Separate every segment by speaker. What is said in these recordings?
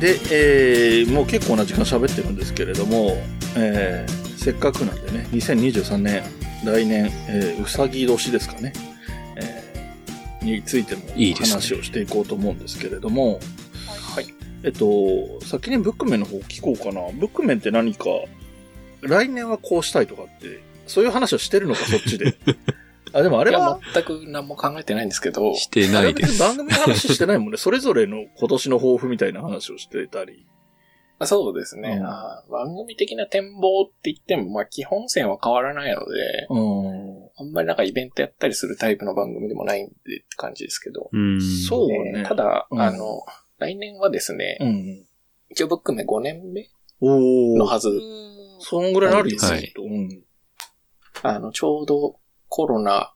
Speaker 1: で、えーもう結構な時間喋ってるんですけれども、えーせっかくなんでね、2023年、来年、えーうさぎ年ですかね、えーについても
Speaker 2: いいですね
Speaker 1: 話をしていこうと思うんですけれども、はい。えっと、先にブックメンの方聞こうかな。ブックメンって何か、来年はこうしたいとかって、そういう話をしてるのか、そっちで。あ、でもあれ
Speaker 2: い
Speaker 1: は
Speaker 2: や、、全く何も考えてないんですけど、
Speaker 3: してない で
Speaker 1: あれは別に
Speaker 3: す。
Speaker 1: 番組の話してないもんね。それぞれの今年の抱負みたいな話をしてたり。
Speaker 2: あそうですね、
Speaker 1: うん
Speaker 2: あー番組的な展望って言っても、まあ基本線は変わらないので、
Speaker 1: うん。
Speaker 2: あんまりなんかイベントやったりするタイプの番組でもないんでって感じですけど。
Speaker 3: うん。
Speaker 1: そうね。
Speaker 2: えーただ、
Speaker 1: うん
Speaker 2: あの、来年はですね、
Speaker 1: うん。
Speaker 2: 一応ブックメ5年目
Speaker 1: お
Speaker 2: の
Speaker 1: お。
Speaker 2: はず、
Speaker 1: そんぐらいあるよ、
Speaker 3: はい
Speaker 1: きっとうん。
Speaker 2: あの、ちょうどコロナ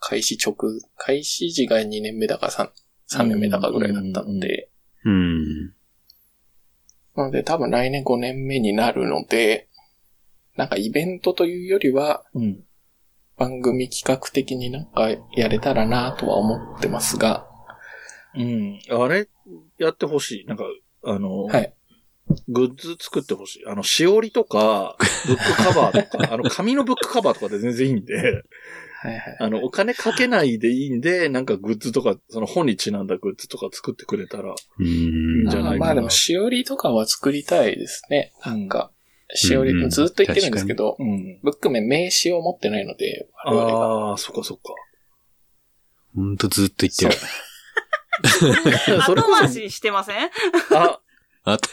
Speaker 2: 開始直、開始時が2年目だか 3, 3年目だかぐらいだった
Speaker 1: うんうん
Speaker 2: ん
Speaker 1: う
Speaker 2: で、
Speaker 3: うん。
Speaker 2: なので多分来年5年目になるので、なんかイベントというよりは
Speaker 1: うん。
Speaker 2: 番組企画的になんかやれたらなとは思ってますが、
Speaker 1: うん。あれ、やってほしい。なんか、あの、
Speaker 2: はい。
Speaker 1: グッズ作ってほしい。あの、しおりと か、ブックカバーとか、あの、紙のブックカバーとかで全然いいんで、
Speaker 2: はいはい。
Speaker 1: あの、お金かけないでいいんで、なんかグッズとか、その本にちなんだグッズとか作ってくれたら、
Speaker 3: う
Speaker 1: いい
Speaker 3: ん
Speaker 1: んじゃないかな
Speaker 2: まあでも、しおりとかは作りたいですね。なんか、しおり、
Speaker 3: うんうん
Speaker 2: ずっと言ってるんですけど、
Speaker 1: うん。
Speaker 2: ブックメン名刺を持ってないので、我々が。
Speaker 1: ああ、そっかそっか。
Speaker 3: ほんとずっと言ってる。
Speaker 1: それ
Speaker 4: 後
Speaker 1: こ
Speaker 4: 回しにしてません
Speaker 1: そ、あ、
Speaker 3: あと、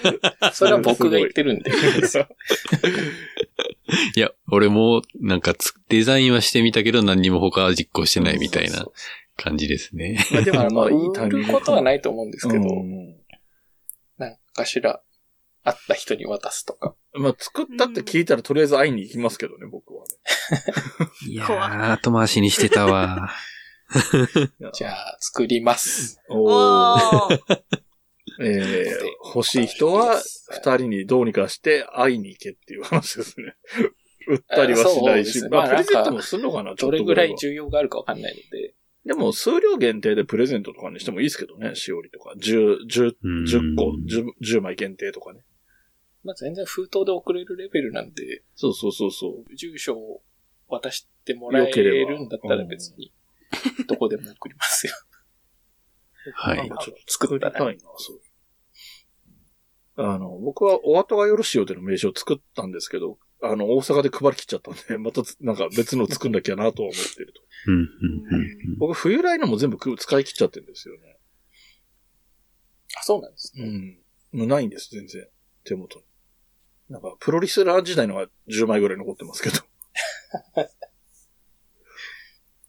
Speaker 2: それは僕が言ってるんで。
Speaker 3: いや、俺も、なんかつ、デザインはしてみたけど、何にも他は実行してないみたいな感じですね。
Speaker 1: まあで
Speaker 2: だ
Speaker 1: も
Speaker 2: から
Speaker 1: ま
Speaker 2: まあ、
Speaker 1: あいい
Speaker 2: い
Speaker 1: タイミン
Speaker 2: る
Speaker 1: グ
Speaker 2: ことはないいと思うんですけど、なんかしら、会った人に渡すとか。
Speaker 1: まあ作ったって聞いたらとりあえず会いに行きますけどね、僕はね。
Speaker 3: い
Speaker 4: や
Speaker 3: や
Speaker 4: ー
Speaker 3: ー、後回しにしてたわ。
Speaker 2: じゃあ、作ります。
Speaker 1: お
Speaker 4: お
Speaker 1: ー。
Speaker 4: ー。
Speaker 1: えー、欲しい人は、二人にどうにかして会いに行けっていう話です ね。売ったりはしないし。
Speaker 2: あそうですね
Speaker 1: ま
Speaker 2: ま
Speaker 1: あ、
Speaker 2: あ
Speaker 1: プレゼント
Speaker 2: なんか
Speaker 1: もするのかなちょ
Speaker 2: ど
Speaker 1: っと
Speaker 2: れぐらい
Speaker 1: は
Speaker 2: 重要があるかわかんないので、
Speaker 1: でも、数量限定でプレゼントとかにしてもいいですけどね、しおりとか。10、10、
Speaker 3: うん
Speaker 1: 10個、10, 10枚限定とかね。
Speaker 2: まあ全然封筒で送れるレベルなんで、
Speaker 1: そうそうそうそう。
Speaker 2: 住所を渡してもらえるんだったら別に、どこでも送りますよ。
Speaker 3: はい
Speaker 1: なん。 かちょっと作りたいな、そう。あの、僕はお後がよろしいよでの名刺を作ったんですけど、あの、大阪で配り切っちゃったんで、 またなんか別の作んなきゃなとは思ってると。
Speaker 3: うん、うん、
Speaker 1: 僕、冬来のも全部く使い切っちゃってるんですよね。
Speaker 2: あそうなんですね。
Speaker 1: うん。もうないんです、全然。手元に。なんか、プロリスラー時代のが10枚ぐらい残ってます けど。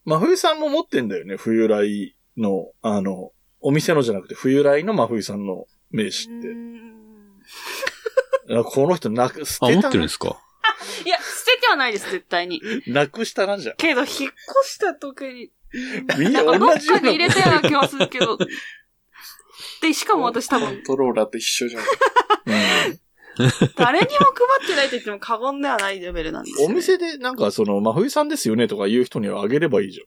Speaker 1: 真冬さんも持ってんだよね、冬来の、あの、お店のじゃなくて、冬来の真冬さんの名刺って。あこの人なく、捨
Speaker 3: うん。あ、
Speaker 1: て
Speaker 3: 持
Speaker 1: た
Speaker 3: ってるんですか
Speaker 4: いや、捨ててはないです、絶対に。
Speaker 1: なくしたなじゃん。
Speaker 4: けど、引っ越した時に。
Speaker 1: みんな
Speaker 4: なんかど
Speaker 1: 同
Speaker 4: っ
Speaker 1: じよ
Speaker 4: か
Speaker 1: うな
Speaker 4: に入れたような気はするけど。で、しかも私多
Speaker 2: コン
Speaker 4: 分、
Speaker 2: トローラーと一緒じゃん。
Speaker 4: 誰にも配ってないと言っても過言ではないレベルなんです
Speaker 1: うん
Speaker 4: よ、
Speaker 1: お
Speaker 4: ね。
Speaker 1: 店で、なんか、その、真冬さんですよねとか言う人にはあげればいいじ
Speaker 4: じ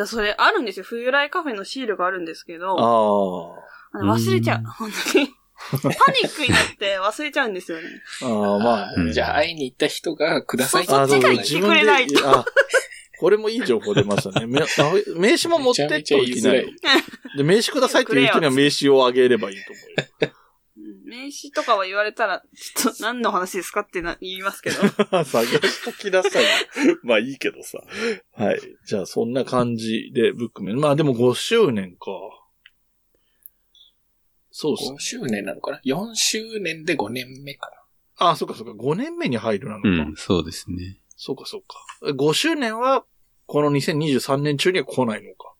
Speaker 4: ゃあそれあるんですよ。冬来カフェのシールがあるんですけ
Speaker 1: ゃん。
Speaker 4: ど、あ
Speaker 1: ああ。
Speaker 4: の忘れちゃ
Speaker 3: う
Speaker 4: う。
Speaker 3: ん
Speaker 4: 本当に。パニックになって忘れちゃうんですよね。
Speaker 1: ああ、 まあね。
Speaker 3: うん
Speaker 2: じゃあ、会いに行った人がくださいって
Speaker 4: そ
Speaker 1: あ
Speaker 4: っちが言ってくれないと。
Speaker 1: そうそう自分であこれもいい情報出ましたね。めあ名刺も持ってっといけない
Speaker 2: めちゃめちゃ言い。
Speaker 1: で、名刺くださいっていう人には名刺をあげればいいと思う よ
Speaker 4: うん名刺とかは言われたら、ちょっと何の話ですかってな言いますけ ど。
Speaker 1: 探しときな さい。まあいいけどさ。はい。じゃあそんな感じで、ブックメン。まあでも5周年か。そうっす
Speaker 2: 5。周年なのかな ?4 周年で5年目か
Speaker 1: あ、そっかそっか。5年目に入るなのか。
Speaker 3: うん、そうですね。
Speaker 1: そうか、そうか。5周年は、この2023年中には来ないのか。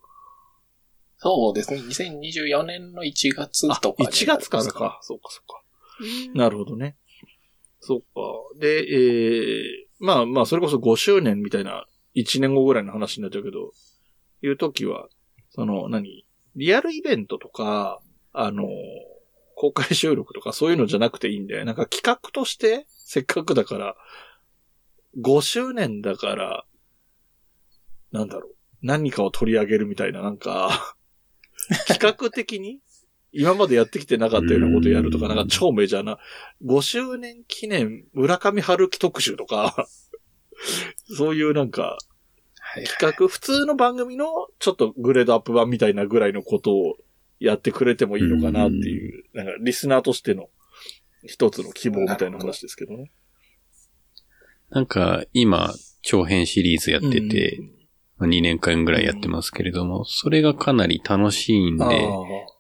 Speaker 2: そうですね。2024年の1月
Speaker 1: あ、
Speaker 2: とかに。
Speaker 1: 1月からか。そうか、そうか。
Speaker 4: うん
Speaker 1: なるほどね。そうか。で、えー、まあまあ、それこそ5周年みたいな、1年後ぐらいの話になっちゃうけど、いう時は、その、何リアルイベントとか、あの、公開収録とかそういうのじゃなくていいんだよ。なんか企画として、せっかくだから、5周年だから、なんだろう。何かを取り上げるみたいな、なんか、企画的に、今までやってきてなかったようなことやるとか、なんか超メジャーな、5周年記念、村上春樹特集とか、そういうなんか、
Speaker 2: はい。
Speaker 1: 企画、普通の番組のちょっとグレードアップ版みたいなぐらいのことをやってくれてもいいのかなっていう、なんかリスナーとしての一つの希望みたいな話ですけどね。
Speaker 3: なんか、今、長編シリーズやってて、まあ2年間ぐらいやってますけれども、それがかなり楽しいん
Speaker 1: あ
Speaker 3: で、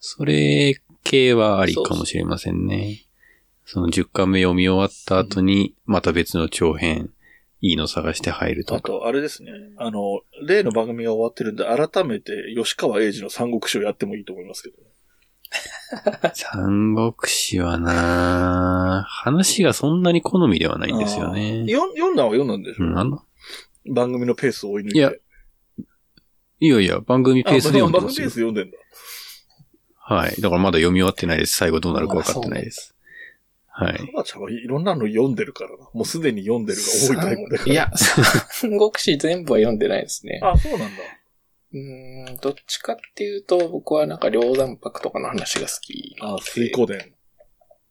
Speaker 3: それ系はありかもしれませんね。その10巻目読み終わった後に、また別の長編、いいの探して入る
Speaker 1: あ、
Speaker 3: と
Speaker 1: あ
Speaker 3: か。
Speaker 1: と、あれですね。あの、例の番組が終わってるんで、改めて吉川英治の三国志をやってもいいと思いますけどね。
Speaker 3: 三国志はな話がそんなに好みではないんですよね
Speaker 1: あー。よ読んだは読んだんでしょ、
Speaker 3: うん、あの、
Speaker 1: 番組のペースを追い抜いて。
Speaker 3: いやいやいや、番組ペースで読んで
Speaker 1: あ番
Speaker 3: ま
Speaker 1: 組
Speaker 3: す
Speaker 1: ペー
Speaker 3: よ
Speaker 1: ス。読んでんだ。
Speaker 3: はい。だからまだ読み終わってないです。最後どうなるか分かってないです。は
Speaker 1: カ
Speaker 3: い。
Speaker 1: バちゃんはいろんなの読んでるからな。もうすでに読んでるが多いタイプだから。
Speaker 2: い。や、三国志全部は読んでないですね。
Speaker 1: あ、そうなんだ。
Speaker 2: うーん、どっちかっていうと、僕はなんか、梁山泊とかの話が好き。
Speaker 1: あ、水光伝。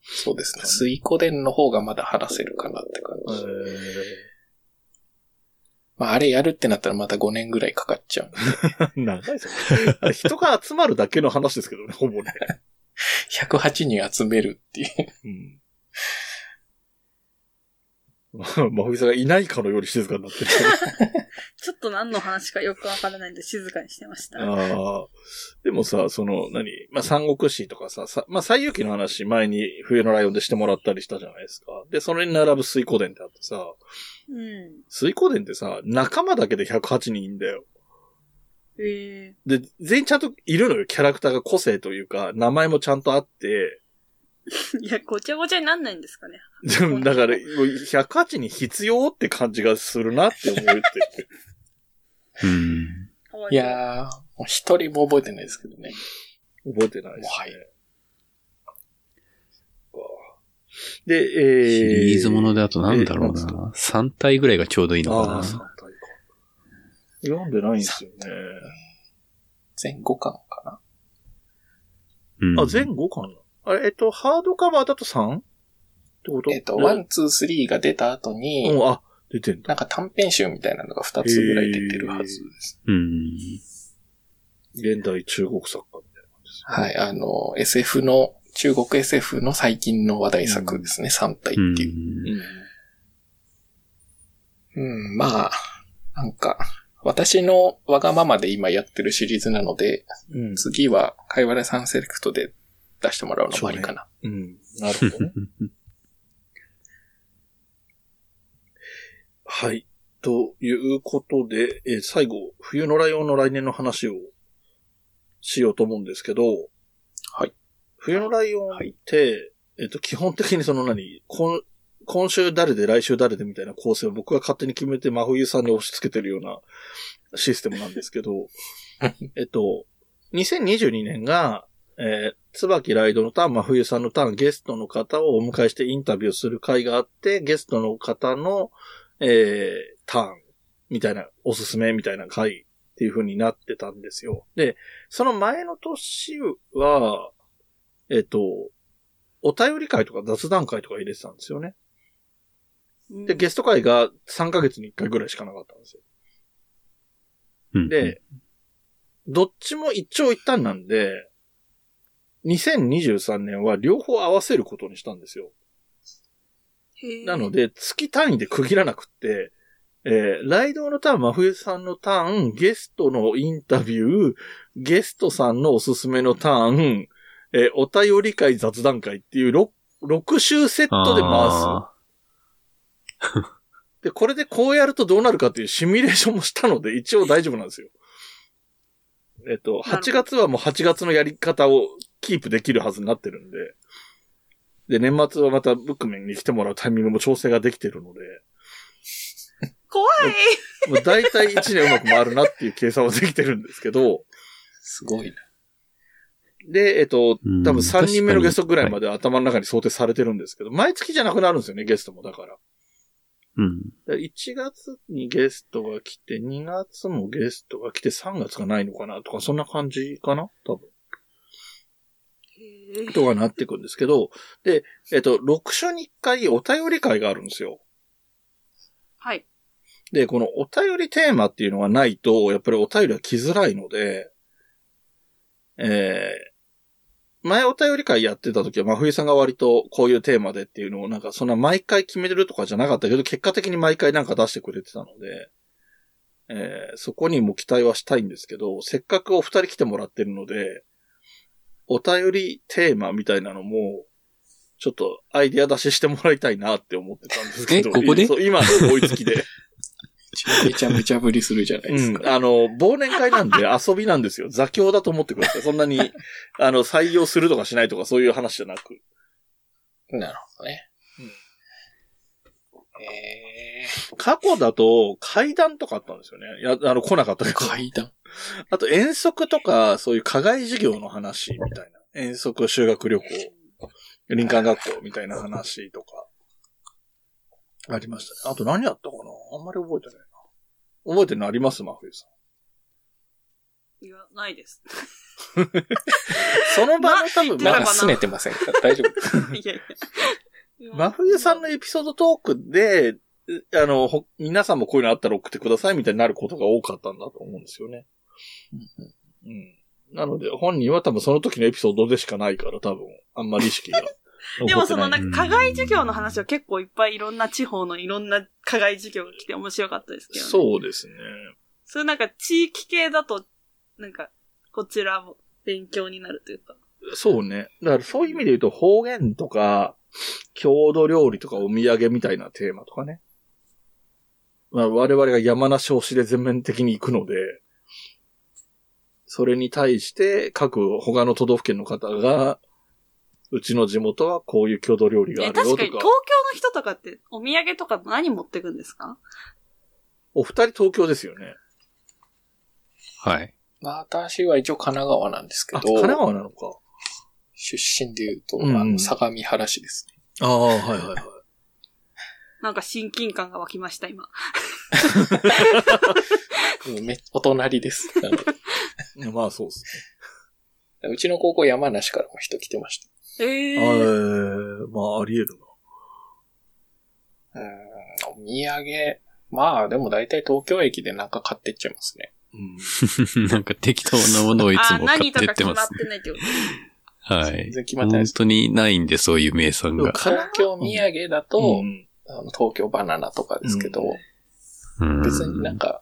Speaker 2: そうですね。水湖伝の方がまだ話せるかなって感
Speaker 1: え
Speaker 2: じ。
Speaker 1: ー
Speaker 2: まあ、あれやるってなったらまた5年ぐらいかかっちゃう。
Speaker 1: 長いですよ。 人が集まるだけの話ですけ どね、ほぼね。
Speaker 2: 108人集めるっていう。
Speaker 1: うん。まふさんがいないかのように静かになってる
Speaker 4: ちょっと何の話かよくわからないんで静かにしてまし
Speaker 1: け
Speaker 4: た。
Speaker 1: ど。ああ。でもさ、その、何まあ、三国志とかさ、さまあ、西遊記の話、前に冬のライオンでしてもらったりしたじゃないですか。で、それに並ぶ水湖伝ってあってさ、
Speaker 4: うん。
Speaker 1: 水湖伝ってさ、仲間だけで108人いんだよ。
Speaker 4: ええ
Speaker 1: で、全員ちゃんといるのよ、キャラクターが個性というか、名前もちゃんとあって、
Speaker 4: いや、ごちゃごちゃになんないんですかね。
Speaker 1: でも だから、もう108に必要って感じがするなって思って。
Speaker 3: うん。
Speaker 4: かわそ
Speaker 2: い
Speaker 4: う
Speaker 2: やー、もう一人も覚えてないですけどね。
Speaker 1: 覚えてないですね。
Speaker 2: はい
Speaker 1: で、えー、
Speaker 3: シリーズものであとなんだろう
Speaker 1: えー
Speaker 3: な。3体ぐらいがちょうどいいのか
Speaker 1: ああ、
Speaker 3: な。
Speaker 1: 三体か。読んでないんですよね。
Speaker 2: 全5巻かな。
Speaker 3: うん
Speaker 1: あ、前後かなあれ、えっと、ハードカバーだと 3? ってこと
Speaker 2: えっと、
Speaker 1: で
Speaker 2: ワン、ツー、スリーが出た後に、
Speaker 1: うん、あ、出てんだ。
Speaker 2: なんか短編集みたいなのが2つぐらい出てるはずです。
Speaker 3: うん。
Speaker 1: 現代中国作家みたいな感じですね。
Speaker 2: はい、あの、SF の、中国 SF の最近の話題作ですね、3体っ
Speaker 3: う
Speaker 2: て
Speaker 3: ん
Speaker 2: いう。うん、まあ、なんか、私のわがままで今やってるシリーズなので、
Speaker 1: うん。うん。
Speaker 2: 次は、かいわれさんセレクトで出してもらうのもありかな。
Speaker 1: うん。なるほどね。はい。ということで、えー最後、冬のライオンの来年の話をしようと思うんですけど、
Speaker 2: はい。
Speaker 1: 冬のライオンって、えっと、基本的にその何、こん今週誰で来週誰でみたいな構成を僕が勝手に決めて真冬さんに押し付けてるようなシステムなんですけ ど、えっと、2022年が、えー、椿ライドのターン、真冬さんのターン、ゲストの方をお迎えしてインタビューする会があって、ゲストの方の、えー、ターン、みたいな、おすすめみたいな回っていう風になってたんですよ。で、その前の年は、えっと、お便り会とか雑談会とか入れてたんですよね。
Speaker 4: うん
Speaker 1: で、ゲスト会が3ヶ月に1回ぐらいしかなかったんですよ。
Speaker 3: うん、
Speaker 1: で、どっちも一長一短なんで、2023年は両方合わせることにしたんですよ。
Speaker 4: へえ
Speaker 1: なので、月単位で区切らなくって、えー、ライドのターン、真冬さんのターン、ゲストのインタビュー、ゲストさんのおすすめのターン、えーお便り会雑談会っていう 6, 6週セットで回す。
Speaker 3: あ
Speaker 1: で、これでこうやるとどうなるかっていうシミュレーションもしたので、一応大丈夫なんですよ。えっと、
Speaker 4: なるほど
Speaker 1: 8月はもう8月のやり方をキープできるはずになってるんで、で、年末はまたブックメンに来てもらうタイミングも調整ができてるので、
Speaker 4: 怖い
Speaker 1: もう大体1年うまく回るなっていう計算はできてるんですけど、
Speaker 2: すごいな。
Speaker 1: で、えっと、
Speaker 3: うん
Speaker 1: 多分3人目のゲストぐらいま
Speaker 3: 確
Speaker 1: では頭の中に想定されてるんですけど、毎月じゃなくなるんですよね、ゲストもだから。
Speaker 3: かにうん。
Speaker 1: だから1月にゲストが来て、2月もゲストが来て、3月がないのかなとか、そんな感じかな多分。
Speaker 4: へー
Speaker 1: とかなっていくんですけど、で、えっと、6週に1回お便り会があるんですよ。
Speaker 4: はい。
Speaker 1: で、このお便りテーマっていうのがないと、やっぱりお便りは来づらいので、えー、前お便り会やってた時は、真冬さんが割とこういうテーマでっていうのをなんかそんな毎回決めるとかじゃなかったけど、結果的に毎回なんか出してくれてたので、えー、そこにも期待はしたいんですけど、せっかくお二人来てもらってるので、お便りテーマみたいなのも、ちょっとアイディア出ししてもらいたいなって思ってたんですけど。
Speaker 3: えここで
Speaker 1: そう今の追いつきで。
Speaker 2: めちゃめちゃぶりするじゃないです
Speaker 1: うん、
Speaker 2: か。
Speaker 1: あの、忘年会なんで遊びなんですよ。座興だと思ってください。そんなに、 あの、採用するとかしないとかそういう話じゃなく。
Speaker 2: なるほどね。え
Speaker 1: 過去だと、階段とかあったんですよね。いや、あの、来なかったけ
Speaker 2: ー、
Speaker 1: ど。
Speaker 2: 階段。
Speaker 1: あと、遠足とか、そういう課外授業の話みたいな。遠足、修学旅行、林間学校みたいな話とか、ありましたね。あと何やったかなあんまり覚えてないな。覚えてるのあります真冬さん。
Speaker 4: いや、ないです。
Speaker 1: その場の多分、
Speaker 4: な
Speaker 2: な
Speaker 4: らば
Speaker 2: んか拗ねてませんか大 丈夫で
Speaker 4: い
Speaker 2: す。
Speaker 4: やい や。
Speaker 1: 真冬さん
Speaker 4: の
Speaker 1: のエピソードトークで、うあの、ほ皆さんもこういうのあったら送ってくださいみたいになることが多かったんだと思うんですよね。うん。なので、本人は多分その時のエピソードでしかないから、多分、あんまり意識が残ってない。
Speaker 4: でもそのなんか課外授業の話は結構いっぱいいろんな地方のいろんな課外授業が来て面白かったですけど、ね。う。
Speaker 1: そうですね。
Speaker 4: そういうなんか地域系だと、なんか、こちらも勉強になるというか。
Speaker 1: そうね。だからそういう意味で言うと、方言とか、郷土料理とかお土産みたいなテーマとかね。まあ、我々が山梨推しで全面的に行くので、それに対して各他の都道府県の方が、うちの地元はこういう郷土料理があ
Speaker 4: え、
Speaker 1: るよ
Speaker 4: 確か
Speaker 1: とか
Speaker 4: に東京の、人とかってお土産とか何持ってくんですか
Speaker 1: お二人東京ですよね。
Speaker 3: はい。
Speaker 2: 私は一応神奈川なんですけ
Speaker 1: あ、
Speaker 2: ど、
Speaker 1: 神奈川なのか。
Speaker 2: 出身で言うと、
Speaker 1: うん
Speaker 2: あの、相模原市ですね。
Speaker 1: ああ、はいはいはい。
Speaker 4: なんか親近感が湧きました、今。
Speaker 2: うんめ お隣です。なので
Speaker 1: まあそうです
Speaker 2: うちの高校山梨からも人来てました。
Speaker 4: ええ
Speaker 1: ね。
Speaker 4: ー。
Speaker 1: えー、まああり得る
Speaker 2: うーん、お土産。まあ、でも大体東京駅でなんか買ってっちゃいますね。
Speaker 1: な。うん。
Speaker 3: なんか適当なものをいつ
Speaker 4: あ、
Speaker 3: も買
Speaker 4: 何
Speaker 3: っ
Speaker 4: と
Speaker 3: て
Speaker 4: か
Speaker 3: って
Speaker 4: 決まっ
Speaker 3: ますね。
Speaker 4: てないってこと
Speaker 3: はい
Speaker 2: 全。然決まってない
Speaker 3: 本
Speaker 2: です。
Speaker 3: 当にないんで、そういう名産が。
Speaker 2: 東京土産だと、
Speaker 1: うん
Speaker 2: あの東京バナナとかですけど、
Speaker 3: うん
Speaker 2: 別になんか、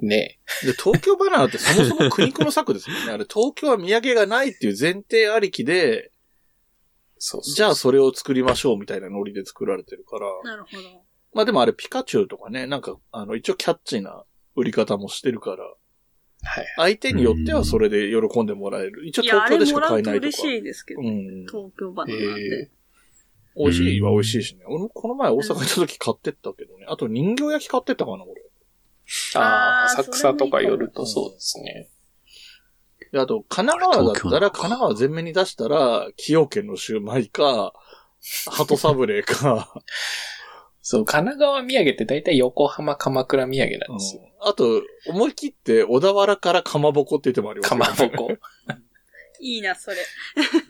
Speaker 2: ね
Speaker 1: で、東京バナナってそもそも苦肉の策ですも んね。あれ、東京は土産がないっていう前提ありきで、
Speaker 2: そうそう
Speaker 1: じゃあそれを作りましょうみたいなノリで作られてるから。
Speaker 4: なるほど。
Speaker 1: まあでもあれピカチュウとかね、なんか、あの、一応キャッチーな売り方もしてるから、
Speaker 2: はい。
Speaker 1: 相手によってはそれで喜んでもらえる。一応
Speaker 4: いや、あ
Speaker 1: 東京
Speaker 4: れ
Speaker 1: でし
Speaker 4: も
Speaker 1: から買え
Speaker 4: う
Speaker 1: な
Speaker 4: と
Speaker 1: いと
Speaker 4: 嬉
Speaker 1: か
Speaker 4: し。いですけど
Speaker 1: う。ん。
Speaker 4: 東京バ
Speaker 2: え
Speaker 4: ナナって。
Speaker 1: 美味しいは美味しいしね。俺もこの前大阪行った時買ってったけどね。あと人形焼き買ってったかな、俺。
Speaker 2: ー、ああ、
Speaker 4: あー
Speaker 2: 浅草とか寄ると
Speaker 1: それもいいかも
Speaker 2: そうですね。
Speaker 1: で、あと、神奈川だった
Speaker 3: あ
Speaker 1: ら、
Speaker 3: れ東京なのか
Speaker 1: 神奈川全面に出したら、崎陽軒のシューマイか、鳩サブレーか、
Speaker 2: そう、神奈川土産って大体横浜、鎌倉土産なんですよ。
Speaker 1: あと、思い切って小田原からかまぼこって言ってもあります
Speaker 2: か
Speaker 1: よね
Speaker 2: まぼこ。
Speaker 4: いいな、それ。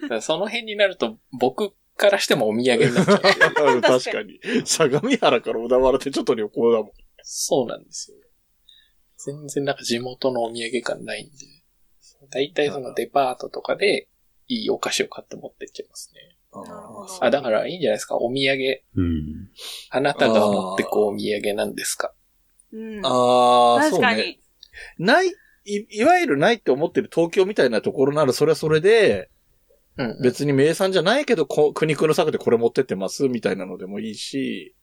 Speaker 2: だからその辺になると、僕からしてもお土産になっちゃ
Speaker 1: う
Speaker 2: う。
Speaker 1: ん 確かに。相模原から小田原ってちょっと旅行だもん。
Speaker 2: そうなんですよ。全然なんか地元のお土産感ないんで。大体そのデパートとかで、いいお菓子を買って持ってっちゃいますね。
Speaker 4: なるほど
Speaker 2: あ、だからいいんじゃないですか。お土産。
Speaker 3: うん。
Speaker 2: あなたが持ってこうお土産なんですか
Speaker 4: うん。
Speaker 1: ああ、そ
Speaker 4: 確
Speaker 1: う
Speaker 4: か
Speaker 1: ね。
Speaker 4: に。
Speaker 1: ない、い、いわゆるないって思ってる東京みたいなところなら、それはそれで、
Speaker 2: うん。
Speaker 1: 別に名産じゃないけど、こ苦肉の策でこれ持ってってます、みたいなのでもいいし、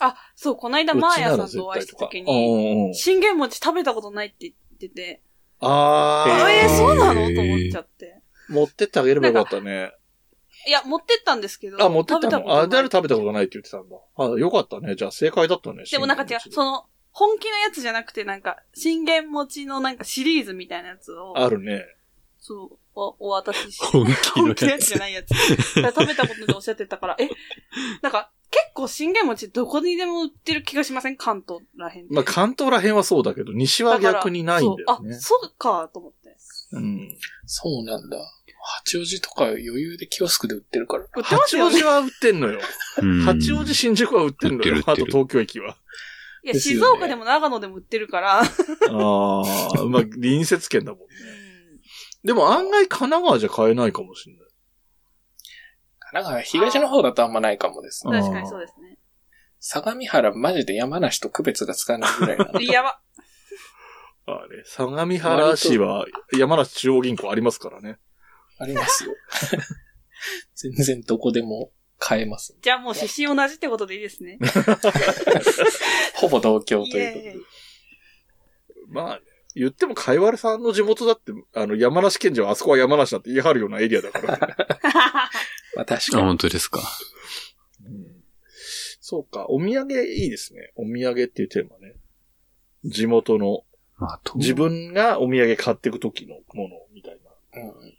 Speaker 4: あ、そう、この間、マーヤさんとお会いした時に、
Speaker 1: に
Speaker 4: 信玄餅食べたことないって言ってて、
Speaker 1: あ
Speaker 4: あ
Speaker 1: ー
Speaker 4: えー、そうなの
Speaker 3: へー
Speaker 4: と思っちゃって。
Speaker 1: 持ってってあげればよかったね。
Speaker 4: いや、持ってったんですけど、
Speaker 1: あ、持ってっ
Speaker 4: 食
Speaker 1: た
Speaker 4: べたこ
Speaker 1: の
Speaker 4: とない
Speaker 1: あ、誰食べたことないって言ってたんだ。あ、よかったね。じゃあ正解だったね。
Speaker 4: でもなんか違う、その、本気のやつじゃなくて、なんか、信玄餅のなんかシリーズみたいなやつを、
Speaker 1: あるね。
Speaker 4: そう、お、お渡しして。
Speaker 3: 本気のやつ
Speaker 4: 本気のやつじゃないやつ。だから食べたことでおっしゃってたから、え、なんか、結構信玄餅どこにでも売ってる気がしません関東らへんって。
Speaker 1: まあ、関東ら辺はそうだけど、西は
Speaker 4: だから
Speaker 1: 逆にないんだよね。
Speaker 4: そうあ、そうか、と思って。
Speaker 1: うん。
Speaker 2: そうなんだ。八王子とか余裕でキオスクで売ってるから。
Speaker 4: 売ってます
Speaker 1: 八
Speaker 4: よ
Speaker 1: 王
Speaker 4: ね
Speaker 1: 子。は売ってんのよ。
Speaker 3: うん
Speaker 1: 八王子、新宿は売ってんのよ。
Speaker 3: 売ってる売
Speaker 1: あ
Speaker 3: っ
Speaker 1: と
Speaker 3: てる
Speaker 1: 東京駅は。
Speaker 4: いや、
Speaker 2: ですよ
Speaker 4: 静
Speaker 2: ね
Speaker 4: 岡でも長野でも売ってるから。
Speaker 1: ああ、まあ、隣接圏だもんね。でも案外神奈川じゃ買えないかもしれない。
Speaker 2: なんか東の方だとあんまないかもです
Speaker 4: う
Speaker 2: ね。
Speaker 4: ん確かにそうですね。。
Speaker 2: 相模原マジで山梨と区別がつかないぐらいな の
Speaker 4: やば。
Speaker 1: あれ、相模原市は山梨中央銀行ありますからね。
Speaker 2: ありますよ。 全然どこでも買えます。
Speaker 4: じゃあもう指針同じってことでいいですね。
Speaker 2: ほぼ同郷
Speaker 4: イ
Speaker 2: ということ
Speaker 4: エ
Speaker 2: で
Speaker 4: ーイ。
Speaker 1: まあ、言っても、かいわれさんの地元だって、あの、山梨県じゃあそこは山梨だって言い張るようなエリアだから、 ね
Speaker 2: まあ確
Speaker 3: あ、
Speaker 2: かに。
Speaker 3: 本当ですか。
Speaker 1: うんそうか、お土産いいですね。お土産っていうテーマね。地元の、
Speaker 3: まあ、と
Speaker 1: 自分がお土産買っていく時のものみたいな。
Speaker 2: うん。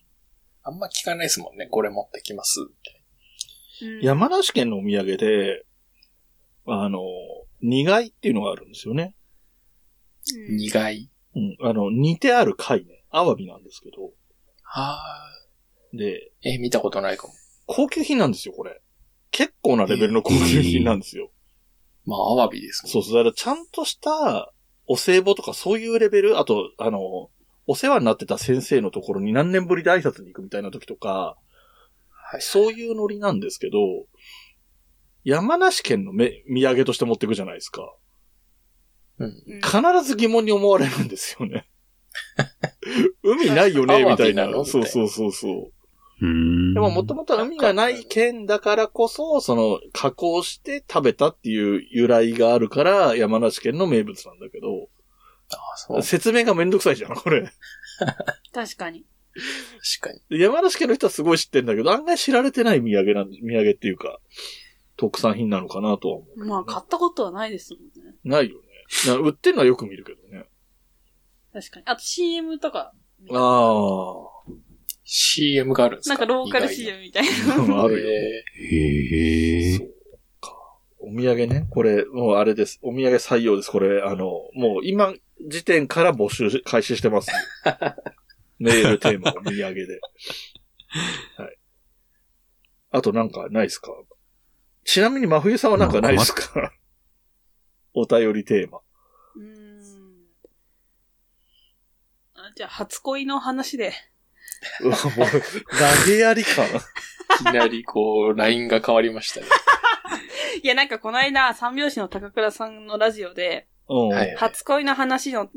Speaker 2: あんま聞かないですもんね。これ持ってきます。みたい
Speaker 4: うん
Speaker 1: 山梨県のお土産で、あの、苦いっていうのがあるんですよね。
Speaker 4: うん
Speaker 2: な苦い。
Speaker 1: うん。あの、煮てある貝ね。アワビなんですけど。
Speaker 2: あ
Speaker 1: で、
Speaker 2: ーえ、見たことないかも。
Speaker 1: 高級品なんですよ、これ。結構なレベルの高級品なんですよ。
Speaker 2: まあ、アワビですもん
Speaker 1: そうそう。だからちゃんとしたお歳暮とかそういうレベル、あと、あの、お世話になってた先生のところに何年ぶりで挨拶に行くみたいな時とか、
Speaker 2: はい。
Speaker 1: そういうノリなんですけど、山梨県のめ土産として持っていくじゃないですか。
Speaker 2: うん。
Speaker 4: うん
Speaker 1: 必ず疑問に思われるんですよね。 海ない よね、みたいな
Speaker 2: アワビな。の
Speaker 1: そうそうそうそう。
Speaker 3: うーん。
Speaker 1: でも、もともとは海がない県だからこそ、その、加工して食べたっていう由来があるから、山梨県の名物なんだけど、
Speaker 2: あそう。確
Speaker 1: 説明がめんどくさいじゃん、これ。
Speaker 4: 確かに。
Speaker 2: かに。
Speaker 1: 山梨県の人はすごい知ってんだけど、案外知られてない土産なん、土産っていうか、特産品なのかなとは思
Speaker 4: まあ、買ったことはないですもんね。
Speaker 1: う。ないよね。な売ってるのはよく見るけどね。
Speaker 4: 確かに。あと CM とか、
Speaker 1: あ
Speaker 2: CM があるんです
Speaker 4: な
Speaker 2: か
Speaker 4: んかローカル
Speaker 2: 意外
Speaker 4: CM みたいな。
Speaker 2: な
Speaker 1: あ。あるよ。
Speaker 2: え
Speaker 3: へえ
Speaker 1: そ。うか。お土産ね。これ、もうあれです。お土産採用です。これ、あの、もう今時点から募集し開始してます。メールテーマ、お土産で。はい。あとなんかないですかちなみに真冬さんはなんかないですかお便りテーマ。
Speaker 4: うーん。あじゃあ、初恋の話で。
Speaker 1: うわもう、投げやり感。
Speaker 2: ーいきなりこう、ラインが変わりましたね。
Speaker 4: いや、なんかこの間、三拍子の高倉さんのラジオで、
Speaker 1: うん。
Speaker 2: はい
Speaker 4: 初恋の話の、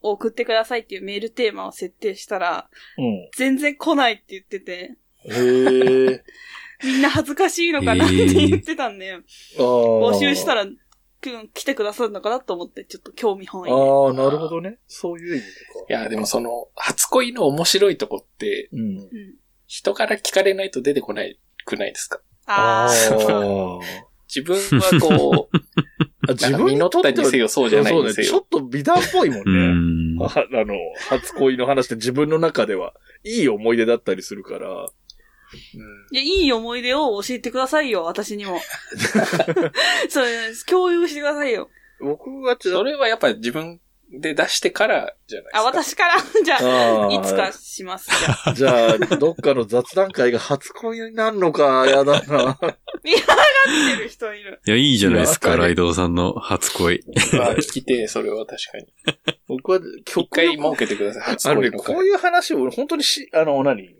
Speaker 4: を送ってくださいっていうメールテーマを設定したら、
Speaker 1: うん。
Speaker 4: 全然来ないって言ってて、
Speaker 1: へえ。
Speaker 4: みんな恥ずかしいのかなって言ってたんで、募
Speaker 1: 募
Speaker 4: 集したら、く来てくださるのかなと思って、ちょっと興味本位
Speaker 1: あ
Speaker 4: で。
Speaker 1: あ、なるほどね。そういう意味とか。
Speaker 2: いや、でもその、初恋の面白いとこって、
Speaker 1: うん。
Speaker 4: うん、
Speaker 2: 人から聞かれないと出てこないくないですか
Speaker 4: あー
Speaker 1: ー。
Speaker 2: 自分は こう、
Speaker 1: あ
Speaker 2: 自分にったにせよ、そうじゃないに
Speaker 1: そ
Speaker 2: せ
Speaker 1: うね。
Speaker 2: よ。
Speaker 1: ちょっと美談っぽいも
Speaker 3: うん
Speaker 1: ね。
Speaker 3: ん。
Speaker 1: ああの、初恋の話って自分の中では、いい思い出だったりするから。
Speaker 2: うん
Speaker 4: いや、いい思い出を教えてくださいよ、私に も。それ、共有してくださいよ。
Speaker 1: 僕はち
Speaker 2: そ
Speaker 1: ょっ
Speaker 2: れはやっぱ自分で出してからじゃないですか。
Speaker 4: あ、私から、じゃ
Speaker 1: と、
Speaker 4: あ、
Speaker 1: あ
Speaker 4: い
Speaker 1: ー
Speaker 4: つかし ます。じゃあ
Speaker 1: じゃあ、どっかの雑談会が初恋になるのか、やだな。
Speaker 4: 嫌がってる人いる。
Speaker 3: いや、いいじゃないです
Speaker 1: いや
Speaker 3: か、
Speaker 1: わか
Speaker 3: ラ
Speaker 1: る
Speaker 3: イドウさんの初恋。
Speaker 2: まあ聞きてえ、それは確かに。
Speaker 1: 僕は
Speaker 2: 一
Speaker 1: 曲
Speaker 2: 回設けてください、初
Speaker 1: あの
Speaker 2: 恋
Speaker 1: ね、
Speaker 2: の
Speaker 1: こう。
Speaker 2: 会
Speaker 1: いう話を、本当にし、あの、何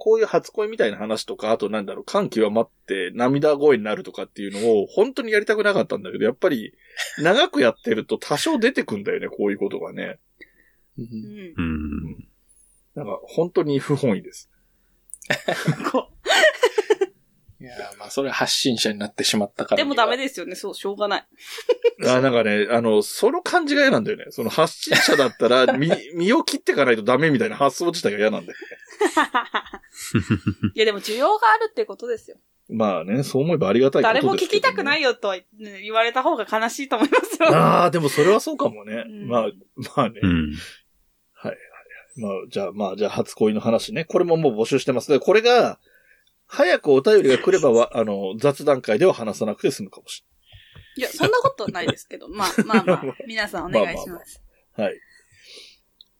Speaker 1: こういう初恋みたいな話とか、あとなんだろう、感極まって涙声になるとかっていうのを、本当にやりたくなかったんだけど、やっぱり、長くやってると多少出てくんだよね、こういうことがね。
Speaker 4: う
Speaker 2: う
Speaker 4: んん。
Speaker 3: うん。
Speaker 1: なんか、本当に不本意です。
Speaker 4: こ
Speaker 2: いやーまあそれは発信者になってしまったから
Speaker 4: で
Speaker 2: には。
Speaker 4: もダメですよね。そう、しょうがない。
Speaker 1: あなんかね、あの、その感じが嫌なんだよね。その発信者だったら、身、身を切っていかないとダメみたいな発想自体が嫌なんだよね。
Speaker 4: いや、でも需要があるってことですよ。
Speaker 1: まあね、そう思えばありがたいこと
Speaker 4: 誰
Speaker 1: ですけど、
Speaker 4: も
Speaker 1: ね。。
Speaker 4: 聞きたくないいよとはね言われた方が悲しいと思いますよ。
Speaker 1: ああ、でもそれはそうかもね。
Speaker 4: うん
Speaker 1: まあ、まあね。
Speaker 3: うん。
Speaker 1: まあ、じゃあ、まあ、じゃあ、初恋の話ね。これももう募集してます。でこれが、早くお便りが来ればわ、あの、雑談会では話さなくて済むかもし
Speaker 4: いや、そんなことないですけ ど。まあまあまあ、皆さんお願いします。
Speaker 1: れない。はい。